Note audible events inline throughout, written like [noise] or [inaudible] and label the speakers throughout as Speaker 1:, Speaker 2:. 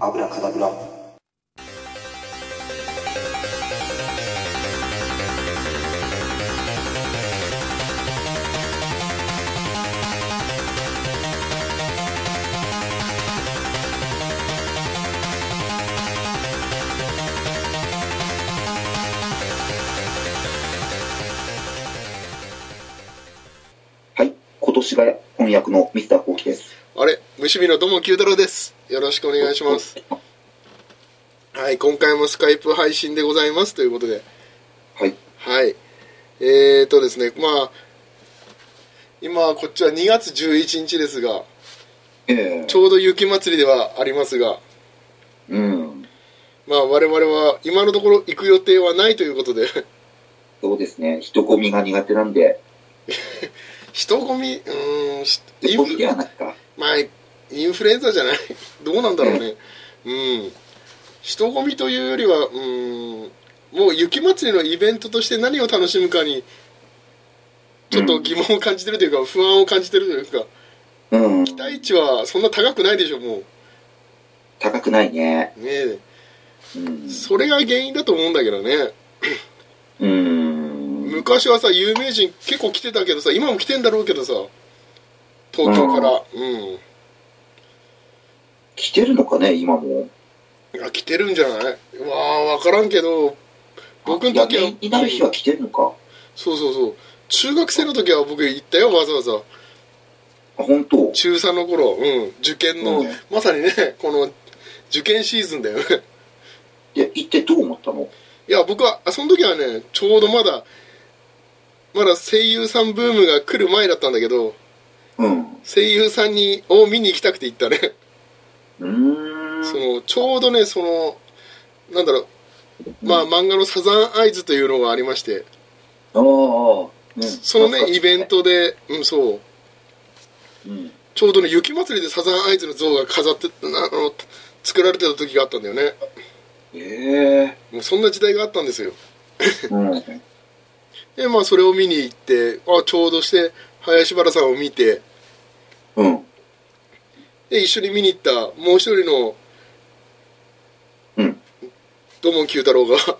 Speaker 1: アブラカダブラはい今年が翻訳のミスターコウキです
Speaker 2: あれ無趣味の友九太郎ですよろしくお願いしますはい今回もスカイプ配信でございますということで
Speaker 1: はい
Speaker 2: はいえーとですねまあ今こっちは2月11日ですが
Speaker 1: ええ
Speaker 2: ちょうど雪祭りではありますが
Speaker 1: うん
Speaker 2: まあ我々は今のところ行く予定はないということで [laughs]
Speaker 1: そうですね人混みが苦手なんで
Speaker 2: 人混みうーんしイ
Speaker 1: 人
Speaker 2: ン
Speaker 1: 混み
Speaker 2: フ
Speaker 1: ではないか
Speaker 2: まあインフルエンザじゃない [laughs] どうなんだろうねうん人混みというよりはうんもう雪祭りのイベントとして何を楽しむかにちょっと疑問を感じてるというか、不安を感じてるというか
Speaker 1: うん
Speaker 2: 期待値はそんな高くないでしょも
Speaker 1: 高くないね
Speaker 2: うねえ
Speaker 1: うん
Speaker 2: それが原因だと思うんだけどね
Speaker 1: うん
Speaker 2: 昔はさ有名人結構来てたけどさ今も来てんだろうけどさ東京からうん、
Speaker 1: 来てるのかね今も
Speaker 2: いや来てるんじゃないうわあ分からんけど僕の時
Speaker 1: い
Speaker 2: は
Speaker 1: やになる日は来てるのか
Speaker 2: そうそうそう中学生の時は僕行ったよわざわざ
Speaker 1: あ本当
Speaker 2: 中3の頃うん受験の、
Speaker 1: うん
Speaker 2: まさにねこの受験シーズンだよね [laughs]
Speaker 1: で行ってどう思ったの
Speaker 2: いや僕はあその時はねちょうどまだまだ声優さんブームが来る前だったんだけど
Speaker 1: うん
Speaker 2: 声優さんにを見に行きたくて行ったね
Speaker 1: うーん
Speaker 2: そのちょうどねそのなんだろうまあ漫画のサザンアイズというのがありまして
Speaker 1: ああ、うん、
Speaker 2: そのねイベン、トでうんそう
Speaker 1: うん、
Speaker 2: ちょうどね雪祭りでサザンアイズの像が飾ってなあの作られてた時があったんだよね
Speaker 1: ええ
Speaker 2: もうそんな時代があったんですよ
Speaker 1: うん
Speaker 2: でまあそれを見に行ってあちょうどして林原さんを見て
Speaker 1: うん
Speaker 2: で一緒に見に行ったもう一人の
Speaker 1: うん
Speaker 2: 土門九太郎が [laughs] か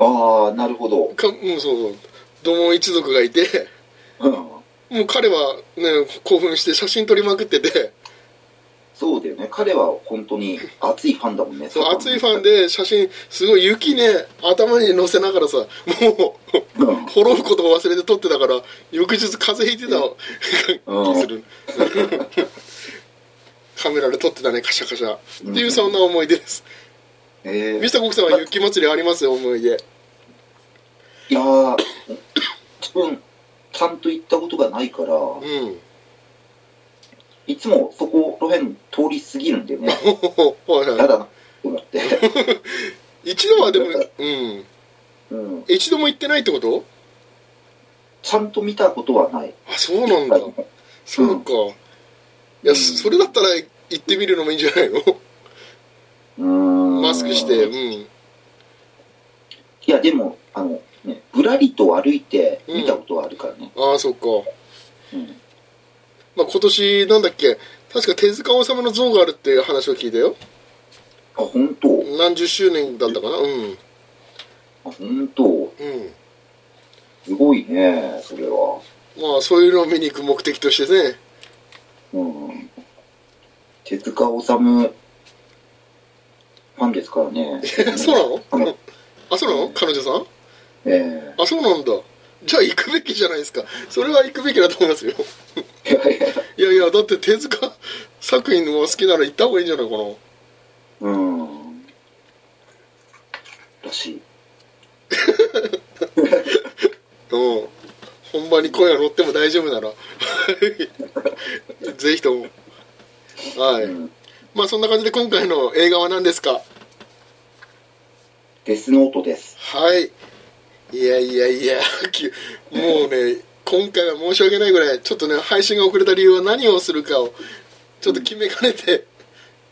Speaker 1: ああなるほど
Speaker 2: うんそうそう土門一族がいて
Speaker 1: うん
Speaker 2: もう彼はね興奮して写真撮りまくってて
Speaker 1: そうだよね彼は本当に熱いファンだもんね
Speaker 2: そう熱いファン
Speaker 1: で、
Speaker 2: で写真すごい雪ね頭に乗せながらさもう
Speaker 1: うん
Speaker 2: 滅ぶことを忘れて撮ってたから翌日風邪ひいてたわ
Speaker 1: うん
Speaker 2: 気するカメラで撮ってたねカシャカシャって
Speaker 1: うん
Speaker 2: いうそんな思い出です
Speaker 1: ええ
Speaker 2: ミスターコクさんは雪祭りあります思い出
Speaker 1: いやー自分ちゃんと行ったことがないから
Speaker 2: うん [laughs]
Speaker 1: いつもそこら辺通り過ぎるんだよね
Speaker 2: はい
Speaker 1: や
Speaker 2: は
Speaker 1: だなと思って、
Speaker 2: [laughs] い一度はでもうん
Speaker 1: うん、
Speaker 2: 一度も行ってないってこと
Speaker 1: ちゃんと見たことはない
Speaker 2: あそうなんだそうかいやそそれだったら行ってみるのもいいんじゃないの
Speaker 1: うん
Speaker 2: マスクしてうん
Speaker 1: いやでもあのねぶらりと歩いて見たことはあるからね、
Speaker 2: ああそっか
Speaker 1: うん
Speaker 2: まあ今年なんだっけ確か手塚治虫の像があるっていう話を聞いたよ
Speaker 1: あ本当
Speaker 2: 何十周年だったかなうん
Speaker 1: あ本当
Speaker 2: うん
Speaker 1: すごいねそれは
Speaker 2: まあそういうのを見に行く目的としてね
Speaker 1: うん手塚治虫ファンですからね
Speaker 2: [laughs] そうなの
Speaker 1: の
Speaker 2: あそうなの彼女さん
Speaker 1: え
Speaker 2: あそうなんだじゃあ行くべきじゃないですかそれは行くべきだと思いますよ
Speaker 1: えいやいや
Speaker 2: いやいやだって手塚作品の好きなら行った方がいいんじゃないかな
Speaker 1: うんらしい
Speaker 2: うん本番に声が乗っても大丈夫なら [laughs] ぜひともはい、
Speaker 1: うん
Speaker 2: まあそんな感じで今回の映画は何ですか
Speaker 1: デスノートです
Speaker 2: はい。いやいやいや、きもうね、今回は申し訳ないぐらい、ちょっとね、配信が遅れた理由は何をするかを、ちょっと決めかねて、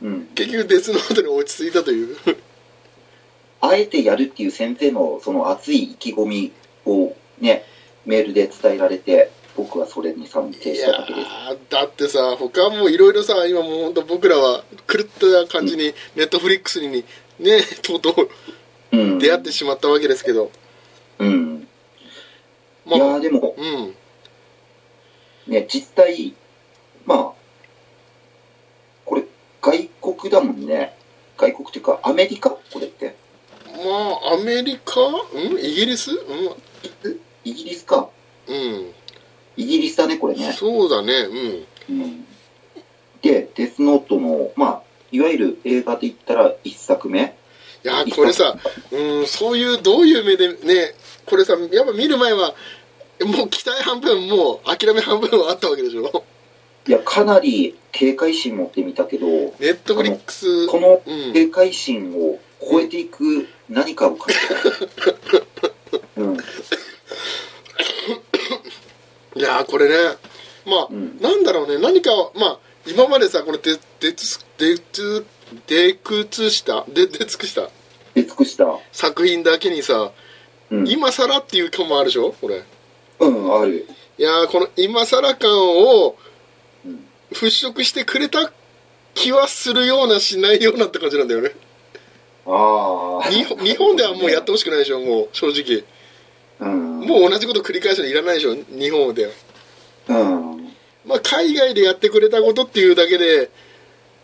Speaker 1: うん
Speaker 2: 結局、デスノートに落ち着いたという。
Speaker 1: あえてやるっていう先生のその熱い意気込みをねメールで伝えられて僕はそれに賛成
Speaker 2: い
Speaker 1: し
Speaker 2: や
Speaker 1: ただけです。
Speaker 2: ーだってさ他もいろいろさ今もうほんと僕らは狂った感じにネットフリックスにねとうとう
Speaker 1: うん。
Speaker 2: 出会ってしまったわけですけど
Speaker 1: うん。い
Speaker 2: ま
Speaker 1: や
Speaker 2: あ
Speaker 1: ーでも、
Speaker 2: うん
Speaker 1: ね、実際、まあ、これ、外国だもんね。外国っていうか、アメリカこれって。
Speaker 2: まあアメリカうんイギリスうん
Speaker 1: イギリスか。
Speaker 2: うん
Speaker 1: イギリスだね、これね。
Speaker 2: そうだねうん
Speaker 1: うん。で、デスノートの、まあ、いわゆる映画で言ったら一作目。
Speaker 2: いやーこれさうんそういうどういう目でねこれさやっぱ見る前はもう期待半分もう諦め半分はあったわけで
Speaker 1: [laughs]
Speaker 2: しょ
Speaker 1: いや、かなり警戒心持ってみたけど、
Speaker 2: ネットフリックス
Speaker 1: この
Speaker 2: うん
Speaker 1: 警戒心を超えていく何かを感じた。うん。
Speaker 2: いやーこれねまあ、
Speaker 1: うん
Speaker 2: なんだろうね何かをまあ今までさこれ出出つ出つ出靴したで出尽くした
Speaker 1: 出尽くした。
Speaker 2: 作品だけにさ
Speaker 1: うん。
Speaker 2: 今更っていう感もあるでしょこれ
Speaker 1: うん、ある。
Speaker 2: いやーこの今更感を
Speaker 1: うん
Speaker 2: 払拭してくれた気はするようなしないようなって感じなんだよね
Speaker 1: ああ。
Speaker 2: 日本日本ではもうやってほしくないでしょもう正直
Speaker 1: うん。う。
Speaker 2: もう同じこと繰り返すのいらないでしょ日本では
Speaker 1: うん。
Speaker 2: まあ海外でやってくれたことっていうだけで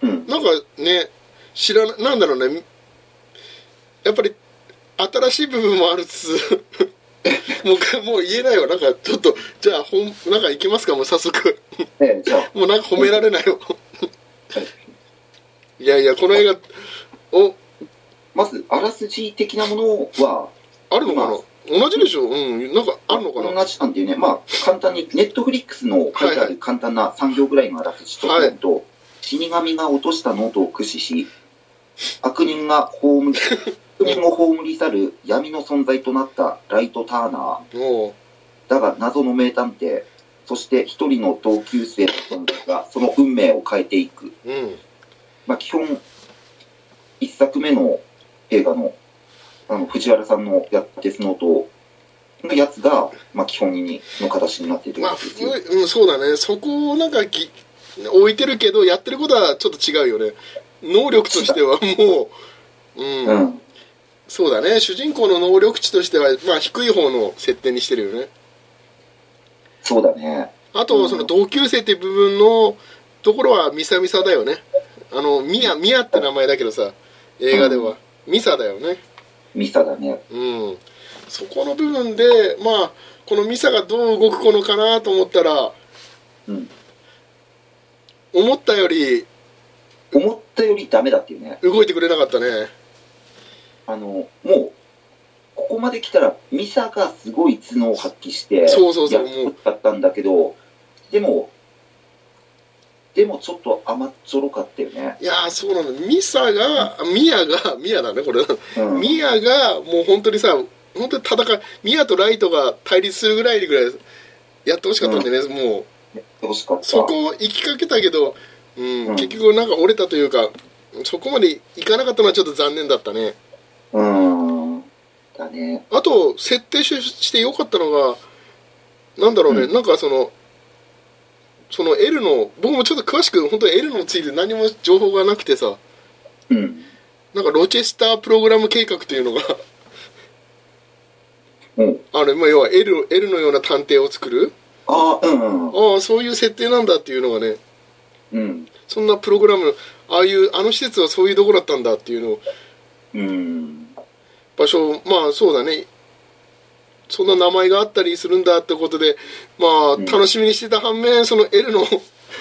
Speaker 1: うん。
Speaker 2: なんかね知らななんだろうねやっぱり新しい部分もあるつつもう [laughs] かもう言えないわなんかちょっとじゃあほんなんか行きますかもう早速
Speaker 1: ええ、じゃあ、
Speaker 2: もうなんか褒められないわいやいやこの映画お
Speaker 1: まず、あらすじ的なものは、
Speaker 2: あるのかな同じでしょうんなんかあるのかな
Speaker 1: 同じなんだよね。まあ、簡単に、ネットフリックスの書いてある簡単な3行ぐらいのあらすじと
Speaker 2: は
Speaker 1: い
Speaker 2: い
Speaker 1: うと、死神が落としたノートを駆使し、悪人が葬
Speaker 2: [laughs]
Speaker 1: り、悪人を葬り去る闇の存在となったライト・ターナー。
Speaker 2: おう
Speaker 1: だが謎の名探偵、そして一人の同級生の存在がその運命を変えていく。
Speaker 2: うん
Speaker 1: まあ、基本、一作目の映画の、あの、藤原さんのやったデスノートのやつが、まあ、基本にの形になっている
Speaker 2: まあ、
Speaker 1: って
Speaker 2: ふ
Speaker 1: いう。
Speaker 2: うん、そうだねそこをなんかぎ置いてるけどやってることはちょっと違うよね能力としてはもう、うん
Speaker 1: うん。
Speaker 2: そうだね主人公の能力値としては、まあ、低い方の設定にしてるよね
Speaker 1: そうだね。
Speaker 2: あ
Speaker 1: う
Speaker 2: と
Speaker 1: ん
Speaker 2: その同級生っていう部分のところはミサミサだよねあのミヤミヤって名前だけどさ映画では、ミサだよね
Speaker 1: ミサだね。
Speaker 2: うんそこの部分でまあこのミサがどう動くのかなと思ったら
Speaker 1: うん。
Speaker 2: 思ったより
Speaker 1: 思ったよりダメだっていうね。
Speaker 2: 動いてくれなかったね
Speaker 1: あの、もう、ここまで来たら、ミサがすごい頭脳を発揮して、
Speaker 2: そうそうそう
Speaker 1: やってほしかったんだけど、でも、でもちょっと甘っちょろかったよね。
Speaker 2: いやーそうなのミサがミヤがミヤだねこれ
Speaker 1: うん。
Speaker 2: ミヤがもう本当にさ本当に戦いミヤとライトが対立するぐらいぐらいやってほしかったんでね、もう
Speaker 1: やってほしかった。
Speaker 2: そこを行きかけたけど、うん
Speaker 1: うん
Speaker 2: 結局なんか折れたというかそこまで行かなかったのはちょっと残念だったね
Speaker 1: うーん。だね。
Speaker 2: あと設定ししてよかったのがなんだろうね、
Speaker 1: う
Speaker 2: なんかそのその L の僕もちょっと詳しく本当に L のついて何も情報がなくてさ
Speaker 1: うん。
Speaker 2: なんかロチェスタープログラム計画というのが
Speaker 1: うん。
Speaker 2: あれ、まあ、要は L, L のような探偵を作る
Speaker 1: ああ、うん。
Speaker 2: ああそういう設定なんだっていうのがね
Speaker 1: うん。
Speaker 2: そんなプログラムああいうあの施設はそういうとこだったんだっていうのを
Speaker 1: うん。
Speaker 2: 場所まあそうだねそんな名前があったりするんだってことでまあ
Speaker 1: ん
Speaker 2: 楽しみにしてた反面、その L の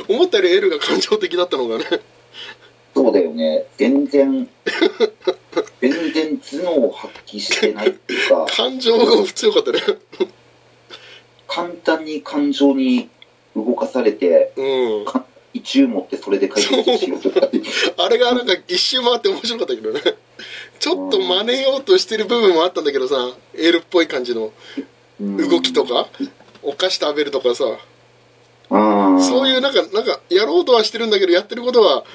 Speaker 2: 思ったより L が感情的だったのがね
Speaker 1: そうだよね。全然、全然頭脳を発揮してないっていうか、
Speaker 2: 感情が強かったね
Speaker 1: 簡単に感情に動かされて、
Speaker 2: うん
Speaker 1: 一注持ってそれで解決しようとかっていう
Speaker 2: あれがなんか一周回って面白かったけどねちょっと真似ようとしてる部分もあったんだけどさ L っぽい感じの動きとかお菓子食べるとかさ
Speaker 1: うん
Speaker 2: そういうなんかなんかやろうとはしてるんだけどやってることは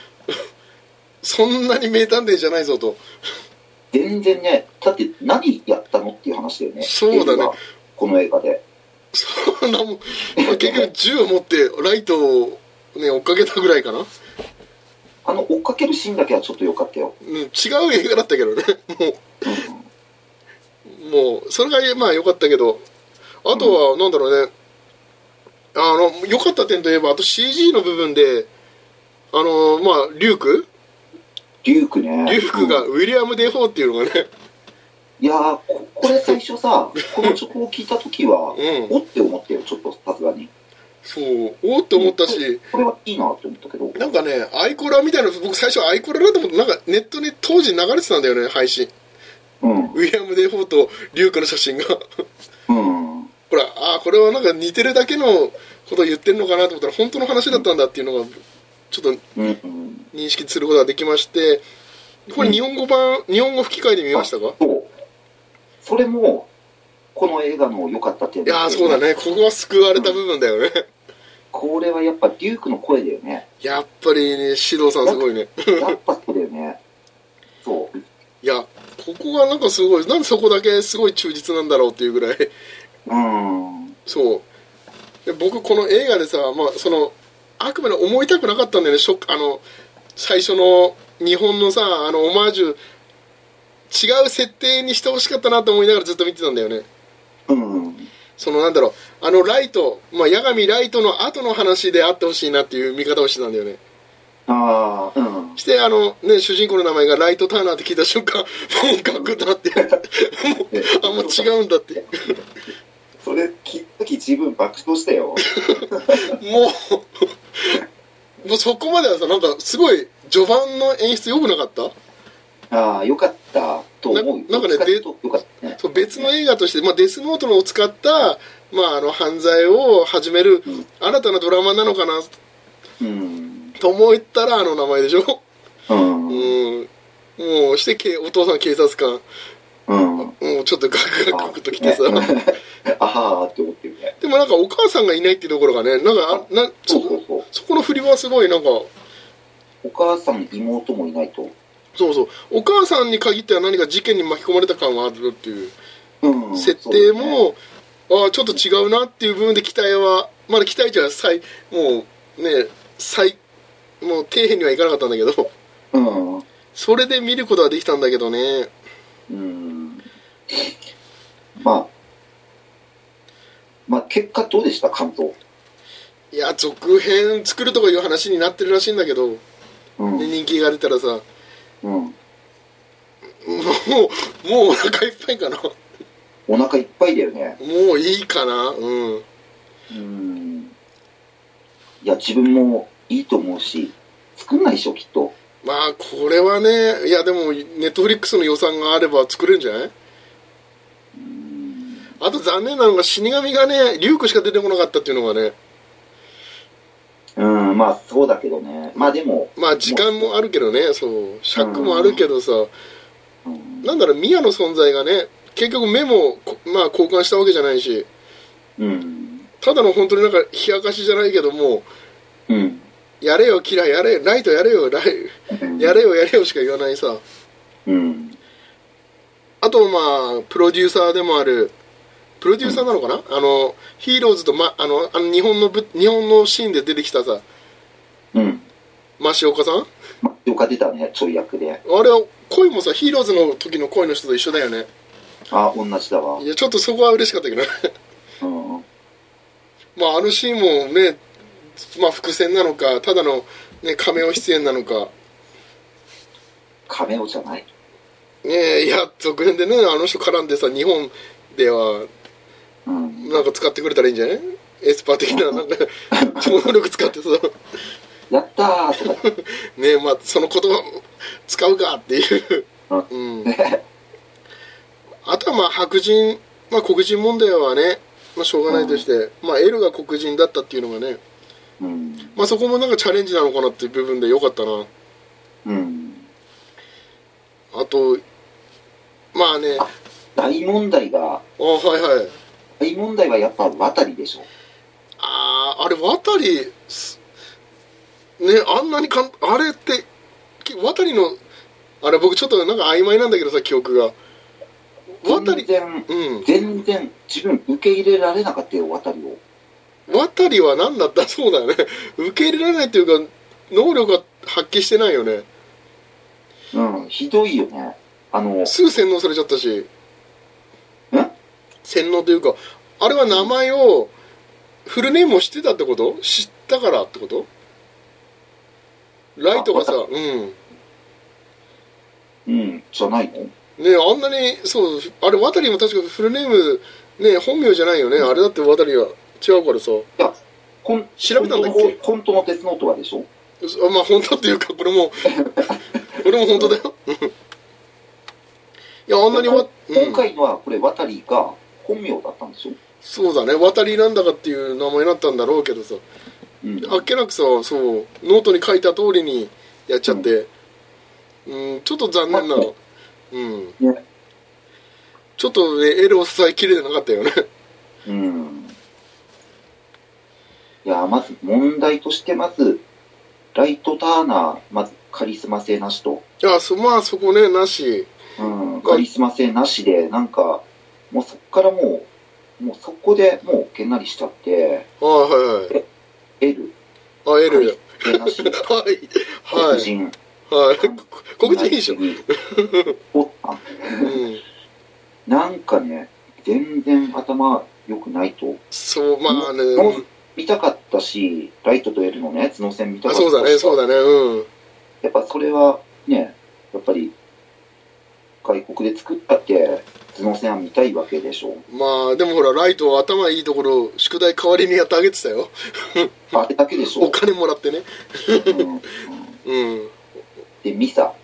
Speaker 2: [laughs] そんなに名探偵じゃないぞと
Speaker 1: 全然ねだって何やったのっていう話だよね
Speaker 2: そうだね
Speaker 1: 映画この映画で
Speaker 2: そんなもん、まあ、結局銃を持ってライトを、ね、追っかけたぐらいかな、
Speaker 1: あの、追っかけるシーンだけはちょっと良かったよ。
Speaker 2: うん、違う映画だったけどねもうもうそれがまあ良かったけどあとはなんだろうね、あの良かった点といえばあと CG の部分であのまあリューク
Speaker 1: リュークね。
Speaker 2: リュークが
Speaker 1: うん
Speaker 2: ウィリアム・デフォーっていうのがね
Speaker 1: いやーこ、これ最初さ、この曲を聞いたときは、
Speaker 2: うん
Speaker 1: おって思ったよ、ちょっとさすがに。
Speaker 2: そうおーって思ったし
Speaker 1: これはいいなって思ったけど。
Speaker 2: なんかねアイコラみたいな僕最初アイコラだと思ってなんかネットに当時流れてたんだよね配信
Speaker 1: うん。
Speaker 2: ウィリアム・デフォーとリュークの写真が [laughs] ほ
Speaker 1: うん。
Speaker 2: らああこれはなんか似てるだけのことを言ってるのかなと思ったら本当の話だったんだっていうのがちょっと
Speaker 1: うん。うん。
Speaker 2: 認識することができましてこれ日本語版、日本語吹き替えで見ましたか
Speaker 1: そう。それも、この映画の良かった点
Speaker 2: いやーそうだ。ねここは救われた部分だよね、 [laughs]
Speaker 1: これはやっぱリュークの声だよね。
Speaker 2: やっぱりね獅童さんすごいね
Speaker 1: やっぱそうだよね。そう。
Speaker 2: いやここがなんかすごいなんでそこだけすごい忠実なんだろうっていうぐらい
Speaker 1: うん。
Speaker 2: そうで僕この映画でさ、まあ、そのあくまで思いたくなかったんだよねショックあの最初の日本のさあのオマージュ違う設定にしてほしかったなと思いながらずっと見てたんだよね
Speaker 1: うん。
Speaker 2: そのなんだろうあのライト、まあ、八神ライトの後の話であってほしいなっていう見方をしてたんだよね
Speaker 1: ああ、うん。
Speaker 2: して [laughs] あのね主人公の名前がライト・ターナーって聞いた瞬間 [laughs] もうガクッとなっても
Speaker 1: ね
Speaker 2: うあもう違うんだって
Speaker 1: それ聞いた時自分爆笑したよ。
Speaker 2: もう、も [laughs] うそこまではさ、なんかすごい序盤の演出良くなかった
Speaker 1: ああ、よかったと思うよ。
Speaker 2: ななんか
Speaker 1: ど
Speaker 2: ね
Speaker 1: っちっていうとよかったね。
Speaker 2: そう別の映画として、まあ、デスノートのを使った、まあ、あの犯罪を始める
Speaker 1: うん
Speaker 2: 新たなドラマなのかな
Speaker 1: うん。
Speaker 2: と思ったら、あの名前でしょ。
Speaker 1: うん。
Speaker 2: う
Speaker 1: うん。
Speaker 2: ん。もうしてけ、お父さん警察官。
Speaker 1: うん、
Speaker 2: もうちょっとガクガクガクときてさ。
Speaker 1: [laughs] ああーって思ってるね。
Speaker 2: でもなんかお母さんがいないっていうところがね、なんかあ、な
Speaker 1: そ
Speaker 2: そう
Speaker 1: そう
Speaker 2: こ、
Speaker 1: そう。
Speaker 2: そこの振りはすごいなんか、
Speaker 1: お母さん、妹もいないと。
Speaker 2: そうそう。お母さんに限っては何か事件に巻き込まれた感があるっていう。
Speaker 1: うん。
Speaker 2: 設定
Speaker 1: そう
Speaker 2: も、ああちょっと違うなっていう部分で期待はまだ期待値は最もうね最もう底辺にはいかなかったんだけど [laughs]
Speaker 1: だね、
Speaker 2: それで見ることはできたんだけどね
Speaker 1: うん。うん。まあ。まあ、結果どうでした感想。
Speaker 2: いや続編作るとかいう話になってるらしいんだけど、ね
Speaker 1: うん。
Speaker 2: 人気が出たらさも
Speaker 1: うん。
Speaker 2: うもうお腹いっぱいかなも
Speaker 1: お腹いっぱいだよね。
Speaker 2: ういいかなうん
Speaker 1: うん。いや、自分もいいと思うし、作んないでしょ、きっと。
Speaker 2: まあこれはねいやでもネットフリックスの予算があれば作れるんじゃない
Speaker 1: うん。
Speaker 2: あと残念なのが死神がねリュウクしか出てこなかったっていうのがね
Speaker 1: うん、まあそうだけどね。まあでも、
Speaker 2: まあ時間もあるけどねそう尺もあるけどさ、
Speaker 1: うん、
Speaker 2: なんだろうミヤの存在がね結局目もこまあ交換したわけじゃないし
Speaker 1: うん、
Speaker 2: ただの本当になんか冷やかしじゃないけども
Speaker 1: うん、
Speaker 2: やれよキラやれライトやれよライ
Speaker 1: うん
Speaker 2: やれよやれよしか言わないさ
Speaker 1: うん、
Speaker 2: あとまあプロデューサーでもあるプロデューサーなのかな、あのヒーローズと、ま、あのあの日本のぶ日本のシーンで出てきたさ
Speaker 1: うん。
Speaker 2: 増岡さん
Speaker 1: まあ、よか出たね、ちょい役で。
Speaker 2: あれは恋もさヒーローズの時の恋の人と一緒だよね
Speaker 1: あ、同じだわ
Speaker 2: い。やちょっとそこは嬉しかったけどね
Speaker 1: うん、
Speaker 2: まあ、あのシーンもね、まあ、伏線なのかただの、ね、仮面を出演なのか、
Speaker 1: カメオじゃない。
Speaker 2: ね、いや続編でねあの人絡んでさ日本では
Speaker 1: うん。
Speaker 2: なんか使ってくれたらいいんじゃないエスパー的ななんか超能力使ってさ、
Speaker 1: やったーとか
Speaker 2: ねまあ、その言葉も使うかっていう、
Speaker 1: あ
Speaker 2: うん、
Speaker 1: ね。
Speaker 2: あとはまあ白人、まあ、黒人問題はね、まあ、しょうがないとして、まあ、エルが黒人だったっていうのがね、
Speaker 1: うん、
Speaker 2: まあ、そこもなんかチャレンジなのかなっていう部分でよかったな
Speaker 1: うん。
Speaker 2: あとまあねあ
Speaker 1: 大問題が、
Speaker 2: はいはい
Speaker 1: 大問題はやっぱ渡りでしょ。
Speaker 2: あああれ渡りすねあんなにかんあれってき渡りのあれ僕ちょっとなんか曖昧なんだけどさ記憶が渡
Speaker 1: 全
Speaker 2: り
Speaker 1: 然、
Speaker 2: うん
Speaker 1: 全然自分受け入れられなかったよ、渡りを。
Speaker 2: 渡りは何だった [laughs] そうだよね受け入れられないっていうか能力が発揮してないよね
Speaker 1: うん、ひどいよね。あの、
Speaker 2: すぐ洗脳されちゃったし洗脳というかあれは名前をフルネームを知ってたってこと知ったからってことライトがさ
Speaker 1: あ
Speaker 2: うん
Speaker 1: うん、じゃないの
Speaker 2: ねあんなにそうあれ渡りも確かフルネームね本名じゃないよねあれだって渡りは違うからさ
Speaker 1: ほん
Speaker 2: 調べたんだっけ
Speaker 1: 本当の本当のデスノートはでしょ
Speaker 2: そまあ本当っていうかこ
Speaker 1: [laughs]
Speaker 2: れもこれも本当だようんいやあんなにわ、う
Speaker 1: 今
Speaker 2: ん、
Speaker 1: 回のはこれ渡りが本名だったんでしょ
Speaker 2: そうだね渡りなんだかっていう名前になったんだろうけどさ
Speaker 1: うん
Speaker 2: あっけなくさそうノートに書いた通りにやっちゃってうん、ちょっと残念なのうん
Speaker 1: ね
Speaker 2: ちょっとね L を支えきれてなかったよ [laughs] ね
Speaker 1: うんいや、まず問題として、まず、ライトターナー、まずカリスマ性なしと。
Speaker 2: いやそまあそこねなし
Speaker 1: うん、カリスマ性なしで、なんか、もうそこからもう、もうそこでもうげんなりしちゃって、
Speaker 2: あはいはい
Speaker 1: L、
Speaker 2: あ L
Speaker 1: カリスマ性なし、
Speaker 2: はい
Speaker 1: 黒
Speaker 2: はい
Speaker 1: 人、
Speaker 2: はい黒人いいでしょ、
Speaker 1: おった
Speaker 2: うん、
Speaker 1: なんかね、全然頭良くないと。
Speaker 2: そうまあね
Speaker 1: もう見たかったし、ライトと L のね、角戦見たか
Speaker 2: あ
Speaker 1: ったし。
Speaker 2: そうだねそうだねうん
Speaker 1: やっぱそれはね、やっぱり外国で作ったって頭脳戦は見たいわけでしょ。
Speaker 2: まあでもほらライトは頭いいところ宿題代わりにやってあげてたよ
Speaker 1: あれだけでし
Speaker 2: お
Speaker 1: ょ。
Speaker 2: 金もらってね
Speaker 1: うんうん
Speaker 2: うん
Speaker 1: で、ミサ、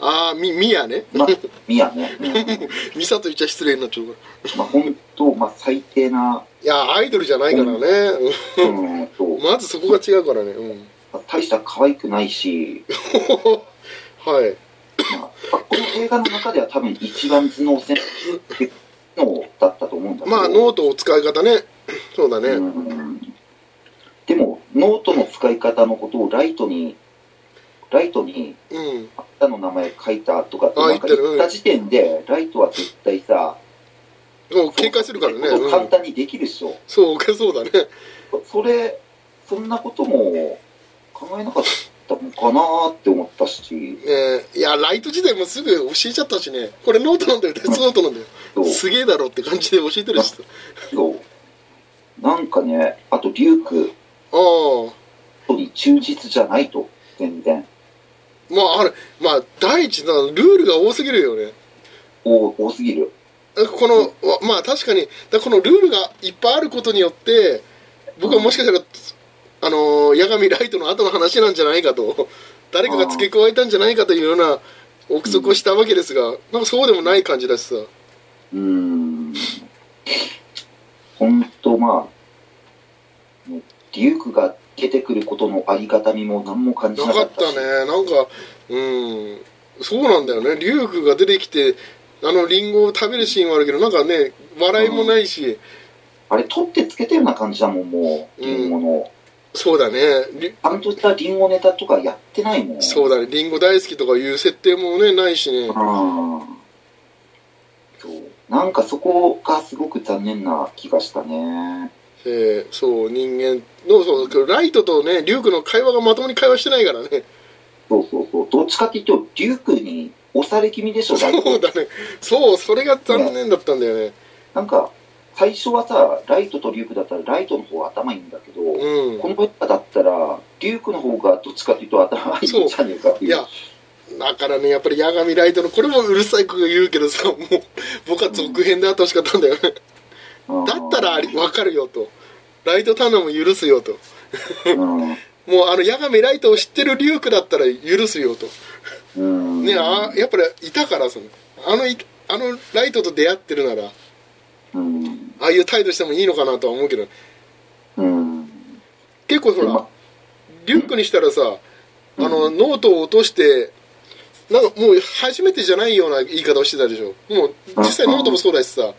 Speaker 2: ああみミヤね
Speaker 1: まあ、ミヤね、うん
Speaker 2: ミサと言っちゃ失礼になっちゃうから
Speaker 1: まあ、本当、まあ、最低な、
Speaker 2: いやアイドルじゃないからね、
Speaker 1: うん
Speaker 2: う
Speaker 1: と
Speaker 2: ん、まずそこが違うからねうん [laughs]
Speaker 1: まあ大した可愛くないし、
Speaker 2: はい
Speaker 1: まあ、この映画の中では多分一番頭脳戦のだったと思うんだけど。
Speaker 2: まあノートを使い方ねそうだね、
Speaker 1: うんでも、ノートの使い方のことをライトに、ライトに、
Speaker 2: うん
Speaker 1: あなたの名前書いたとかって
Speaker 2: あ
Speaker 1: なんか
Speaker 2: 言ってる
Speaker 1: 言った時点で、ライトは絶対さ、
Speaker 2: そう警戒するからね、
Speaker 1: そううん簡単にできるでしょ。
Speaker 2: そうそうだね
Speaker 1: それ、そんなことも考えなかったのかなーって思ったし、
Speaker 2: ねいやライト自体もすぐ教えちゃったしねこれノートなんだよテストノートなんだよ
Speaker 1: そう、
Speaker 2: すげえだろって感じで教えてるしさ
Speaker 1: そうなんかね、あと、リューク
Speaker 2: ああ
Speaker 1: に忠実じゃないと、全然。
Speaker 2: まああれまあ第一なルールが多すぎるよね
Speaker 1: 多多すぎる。
Speaker 2: このわまあ確かにだからこのルールがいっぱいあることによって僕はもしかしたらあのー八神ライトの後の話なんじゃないかと [laughs] 誰かが付け加えたんじゃないかというような憶測をしたわけですが、なんかそうでもない感じだしさ
Speaker 1: うーん。ほんと、まあ、ねリュークが出てくることのありがたみも何も感じ
Speaker 2: な
Speaker 1: な
Speaker 2: か
Speaker 1: か
Speaker 2: っ
Speaker 1: った [laughs]
Speaker 2: た
Speaker 1: し。
Speaker 2: ねなんかうんそうなんだよねリュウクが出てきてあのリンゴを食べるシーンはあるけどなんかね笑いもないし、
Speaker 1: あれ、取ってつけたような感じだもん、もう、リンゴの。
Speaker 2: そうだねリ
Speaker 1: ちゃんとしたリンゴネタとかやってないもん。
Speaker 2: そうだねリンゴ大好きとかいう設定もねないしね
Speaker 1: うん。そう。なんかそこがすごく残念な気がしたね。
Speaker 2: えーそう人間のそうライトとねリュウクの会話がまともに会話してないからね [laughs]
Speaker 1: そうそうそう。どっちかって言うと、リュークに押され気味でしょ、大
Speaker 2: そう
Speaker 1: 体
Speaker 2: だねそうそれが残念だったんだよね
Speaker 1: なんか、最初はさ、ライトとリュークだったら、ライトの方頭いいんだけど、
Speaker 2: うん
Speaker 1: このバッターだったら、リュークの方がどっちかっていうと頭いいんじゃねえかって
Speaker 2: い
Speaker 1: いう。
Speaker 2: やだからねやっぱり八神ライトのこれもうるさい子が言うけどさもう僕は続編であってほしかったんだよね
Speaker 1: うん
Speaker 2: だったらあり、分かるよとライトターナーも許すよと
Speaker 1: うん。
Speaker 2: もうあの八神ライトを知ってるリュークだったら許すよと
Speaker 1: うん。
Speaker 2: ねあやっぱりいたからそのあのいあのライトと出会ってるならあ
Speaker 1: うん。
Speaker 2: あいう態度してもいいのかなとは思うけど
Speaker 1: うん。
Speaker 2: 結構ほ
Speaker 1: ま
Speaker 2: らリュックにしたらさ、あのノートを落としてなんかもう初めてじゃないような言い方をしてたでしょもう実際ノートもそうだしさ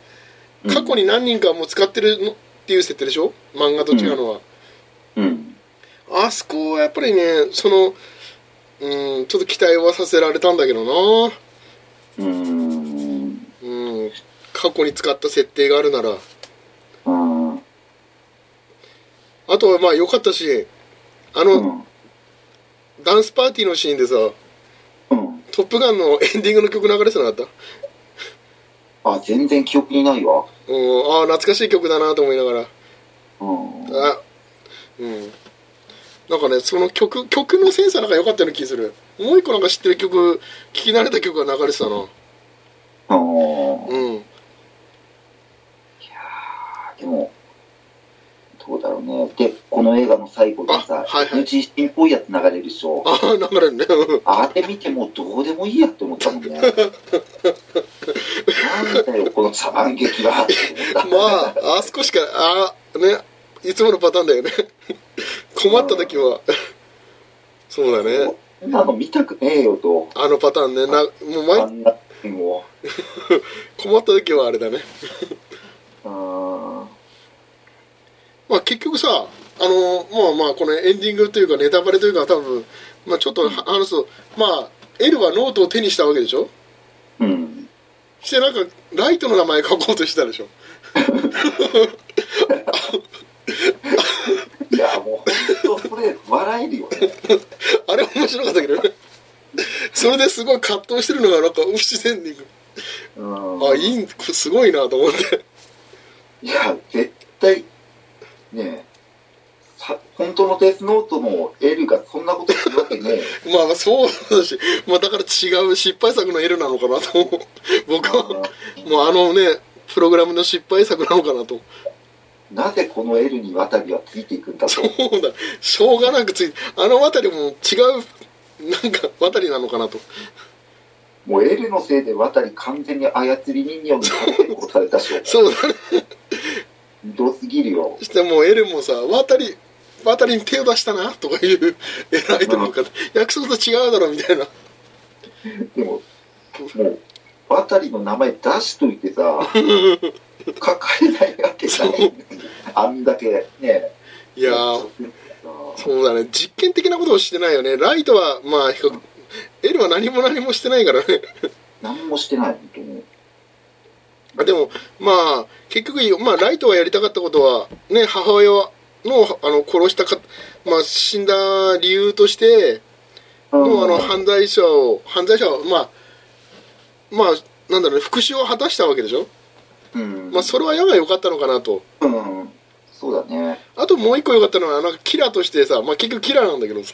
Speaker 1: うん
Speaker 2: 過去に何人かもう使ってるのっていう設定でしょ漫画と違うのは、
Speaker 1: うん。
Speaker 2: あそこはやっぱりねそのうんちょっと期待はさせられたんだけどな
Speaker 1: うん。
Speaker 2: うん過去に使った設定があるなら
Speaker 1: うん。うん。
Speaker 2: あとはまあ良かったしあ
Speaker 1: う
Speaker 2: の、
Speaker 1: ん。
Speaker 2: ダンスパーティーのシーンでさ
Speaker 1: うん。
Speaker 2: 「トップガン」のエンディングの曲流れてなかった
Speaker 1: あ、全然記憶にないわ。
Speaker 2: うんああ懐かしい曲だなと思いながら
Speaker 1: うん。
Speaker 2: あうんなんかねその曲曲のセンサーなんか良かったような気するもう一個なんか知ってる曲聞き慣れた曲が流れてたな
Speaker 1: うん。
Speaker 2: うん
Speaker 1: でも、どうだろうね。で、この映画の最後でさ
Speaker 2: あ、はいはい
Speaker 1: NG シーンっぽいやつ流れるでしょ。
Speaker 2: ああ流れるねうん
Speaker 1: あれ見てもうどうでもいいやって思ったもんね。なんだよ、この茶番劇は。って思った
Speaker 2: まああそこしかああねいつものパターンだよね困った時はそうだね
Speaker 1: こんなの見たくねえよと。
Speaker 2: あのパターンねなもう
Speaker 1: あ
Speaker 2: 前
Speaker 1: んなも
Speaker 2: 困った時はあれだね
Speaker 1: う。うん。
Speaker 2: まあ結局さあのまあまあこのエンディングというかネタバレというか多分まあちょっと話すとまあエルはノートを手にしたわけでしょ
Speaker 1: うん。
Speaker 2: してなんかライトの名前書こうとしてたでしょ
Speaker 1: いや、もう本当それ、笑えるよね。
Speaker 2: あれ面白かったけどねそれですごい葛藤してるのがなんか不自然に
Speaker 1: うん。
Speaker 2: あいいんこれすごいなと思って
Speaker 1: いや、絶対、ねえ、さ本当のデスノートのエルがそんなことするわけねえよ。
Speaker 2: まあまあそうだし、まあ、だから違う失敗作のエルなのかなと思う僕 [laughs] はもうあのねプログラムの失敗作なのかなと
Speaker 1: なぜこのエルに渡りはついていくんだ
Speaker 2: そ
Speaker 1: と。
Speaker 2: うだしょうがなくついあの渡りも違うなんか渡りなのかなと
Speaker 1: もうエルのせいで渡り完全に操り人形にされて殺されたし、
Speaker 2: そうだね
Speaker 1: ひどすぎるよ。
Speaker 2: してもうエルもさ渡り渡りに手を出したなとかいう偉いというか約束と違うだろみたいな
Speaker 1: でも、もう、渡りの名前出しといてさ、書かれないわけないのにあんだけね、
Speaker 2: いや
Speaker 1: やっちゃ
Speaker 2: ー
Speaker 1: ってんだから
Speaker 2: そうだね実験的なことをしてないよねライトはまあ比較エルは何も何もしてないからね [laughs]
Speaker 1: 何もしてない、本当に。
Speaker 2: あでもまあ結局、まあ、ライトはやりたかったことはね母親のあの殺したか、まあ、死んだ理由としてのあの犯罪者を犯罪者をまあまあなんだろうね復讐を果たしたわけでしょ、
Speaker 1: うん、
Speaker 2: まあ、それはやが良かったのかなと
Speaker 1: うん、そうだね。
Speaker 2: あともう一個良かったのはなんかキラーとしてさ、まあ、結局キラーなんだけどさ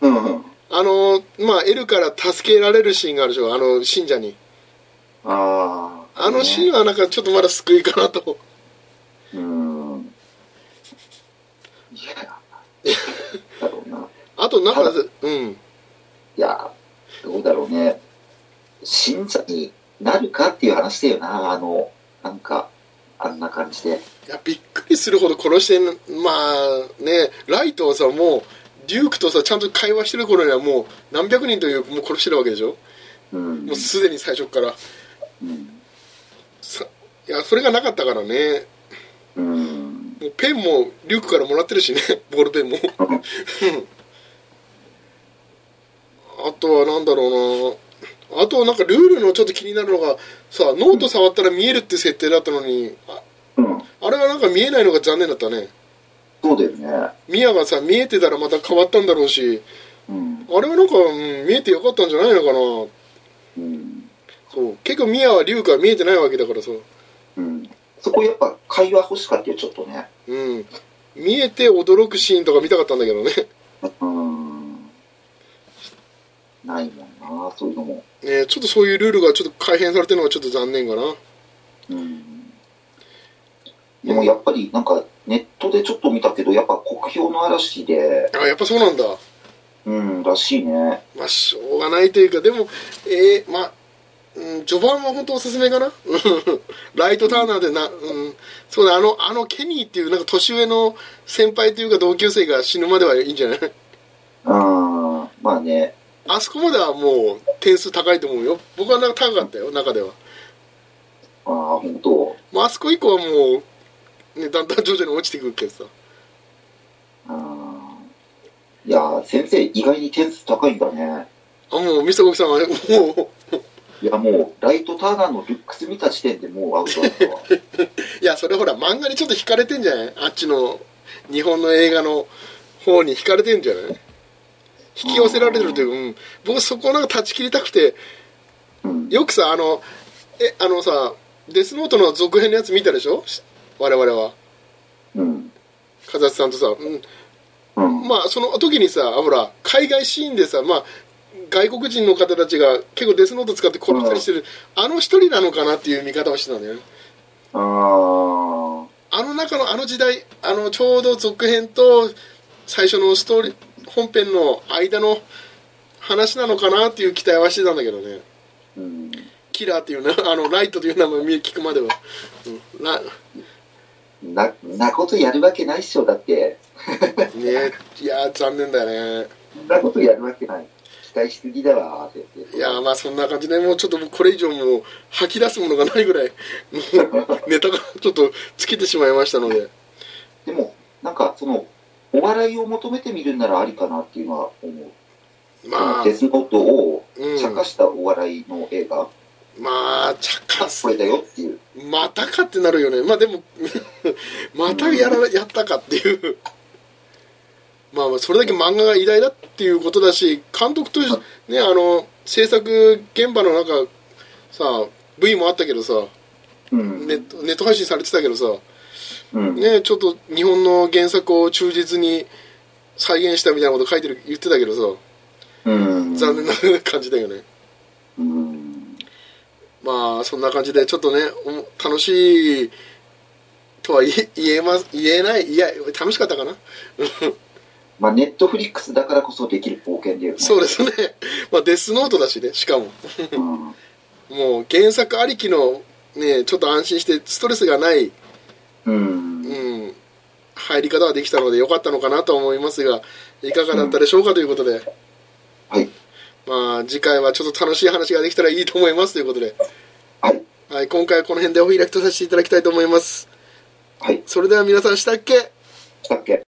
Speaker 1: うん、うん。
Speaker 2: あのまあ L から助けられるシーンがあるでしょあの信者に
Speaker 1: ああ。
Speaker 2: あのシーンはなんかちょっとまだ救いかなと
Speaker 1: うん。いや、だろうな。
Speaker 2: あとなんかうん
Speaker 1: いや、どうだろうね。信者になるかっていう話だよな、あの、なんか、あんな感じで。
Speaker 2: いやびっくりするほど殺してんまあねライトはさもうデュークとさちゃんと会話してる頃にはもう何百人というもう殺してるわけでしょ
Speaker 1: うん
Speaker 2: もう。すでに最初から
Speaker 1: うん。
Speaker 2: さいやそれがなかったからね
Speaker 1: うん。
Speaker 2: もうペンもリュックからもらってるしね [laughs] ボールペンもあとはなんだろうなあとなんかルールのちょっと気になるのがさノート触ったら見えるって設定だったのにあ
Speaker 1: うん。
Speaker 2: あれはなんか見えないのが残念だったね
Speaker 1: そうだよね。
Speaker 2: ミアがさ見えてたらまた変わったんだろうし
Speaker 1: うん。
Speaker 2: あれはなんか、うん見えてよかったんじゃないのかな
Speaker 1: うん。
Speaker 2: そう結構ミアはリュウカは見えてないわけだからさ
Speaker 1: うん。そこやっぱ会話欲しかったよ、ちょっとね。
Speaker 2: うん見えて驚くシーンとか見たかったんだけどね
Speaker 1: うん。ないもんな、そういうのも。
Speaker 2: ねちょっとそういうルールがちょっと改変されてるのがちょっと残念かな
Speaker 1: うんでもやっぱりなんかネットでちょっと見たけどやっぱ国評の嵐で
Speaker 2: あやっぱそうなんだ
Speaker 1: うんらしいね
Speaker 2: まあしょうがないというかでもえー、まあ、うん、序盤は本当おすすめかな [laughs] うんライトターナーでな、うん、そうだあのあのケニーっていうなんか年上の先輩というか同級生が死ぬまではいいんじゃない [laughs]
Speaker 1: うんまあね
Speaker 2: あそこまではもう点数高いと思うよ僕はなんか高かったよ中では
Speaker 1: ああ本当
Speaker 2: もうあそこ以降はもう、ね、だんだん徐々に落ちてくるけどさ
Speaker 1: うんいやー先生意外に点数高いんだね
Speaker 2: あもうミスターゴキさんはもう
Speaker 1: いいや、もう、ライトターナーのルックス見た時点でもうアウトだったわ。
Speaker 2: いやそれほら漫画にちょっと惹かれてんじゃないあっちの日本の映画の方に惹かれてんじゃない引き寄せられてるというか、うん、僕そこをなんか断ち切りたくて
Speaker 1: うん。
Speaker 2: よくさあのえあのさデスノートの続編のやつ見たでしょし我々は
Speaker 1: うん。
Speaker 2: 風津さんとさ、うん、
Speaker 1: うん。
Speaker 2: まあその時にさあほら海外シーンでさまあ外国人の方たちが結構デスノート使って殺したりしてる、あの一人なのかなっていう見方をしてたんだよね
Speaker 1: あー。
Speaker 2: あの中のあの時代あのちょうど続編と最初のストーリー本編の間の話なのかなっていう期待はしてたんだけどね
Speaker 1: うん。
Speaker 2: キラーっていうな [laughs] あのライトという名前を聞くまでは、うん、な
Speaker 1: な、んなことやるわけないっしょ、だって。
Speaker 2: ねいやー残念だよね
Speaker 1: そんなことやるわけない。期待しすぎだわ、って言って。
Speaker 2: いやーまあそんな感じでもうちょっともうこれ以上もう吐き出すものがないぐらいもうネタがちょっと尽きてしまいましたので
Speaker 1: でも、なんか、その、お笑いを求めてみるならありかなっていうのは思う。
Speaker 2: まあ
Speaker 1: デスノートを、
Speaker 2: うん
Speaker 1: 茶化したお笑いの映画、
Speaker 2: まあ茶化す
Speaker 1: これだよっていう。
Speaker 2: またかってなるよねまあでも [laughs] またやらやったかっていうまあまあそれだけ漫画が偉大だっていうことだし監督としてねあの制作現場の中さ V もあったけどさ
Speaker 1: うん。
Speaker 2: ネットネット配信されてたけどさ
Speaker 1: うん。
Speaker 2: ねちょっと日本の原作を忠実に再現したみたいなこと書いてる言ってたけどさ
Speaker 1: うん。
Speaker 2: 残念な感じだよね
Speaker 1: うん。
Speaker 2: まあそんな感じでちょっとねおも楽しいとは言え言えます言えないいや楽しかったかな
Speaker 1: まあ、ネットフリックスだからこそできる冒険だよね。
Speaker 2: そうですね [laughs] まあデスノートだしねしかも
Speaker 1: うん。
Speaker 2: もう原作ありきのねちょっと安心してストレスがない、
Speaker 1: うん
Speaker 2: う。ん、入り方はできたので良かったのかなと思いますがいかがだったでしょうかということで、
Speaker 1: はい。
Speaker 2: まあ次回はちょっと楽しい話ができたらいいと思いますということで、
Speaker 1: はい。
Speaker 2: はい、今回はこの辺でお開きとさせていただきたいと思います
Speaker 1: はい。
Speaker 2: それでは皆さんしたっけ
Speaker 1: したっけ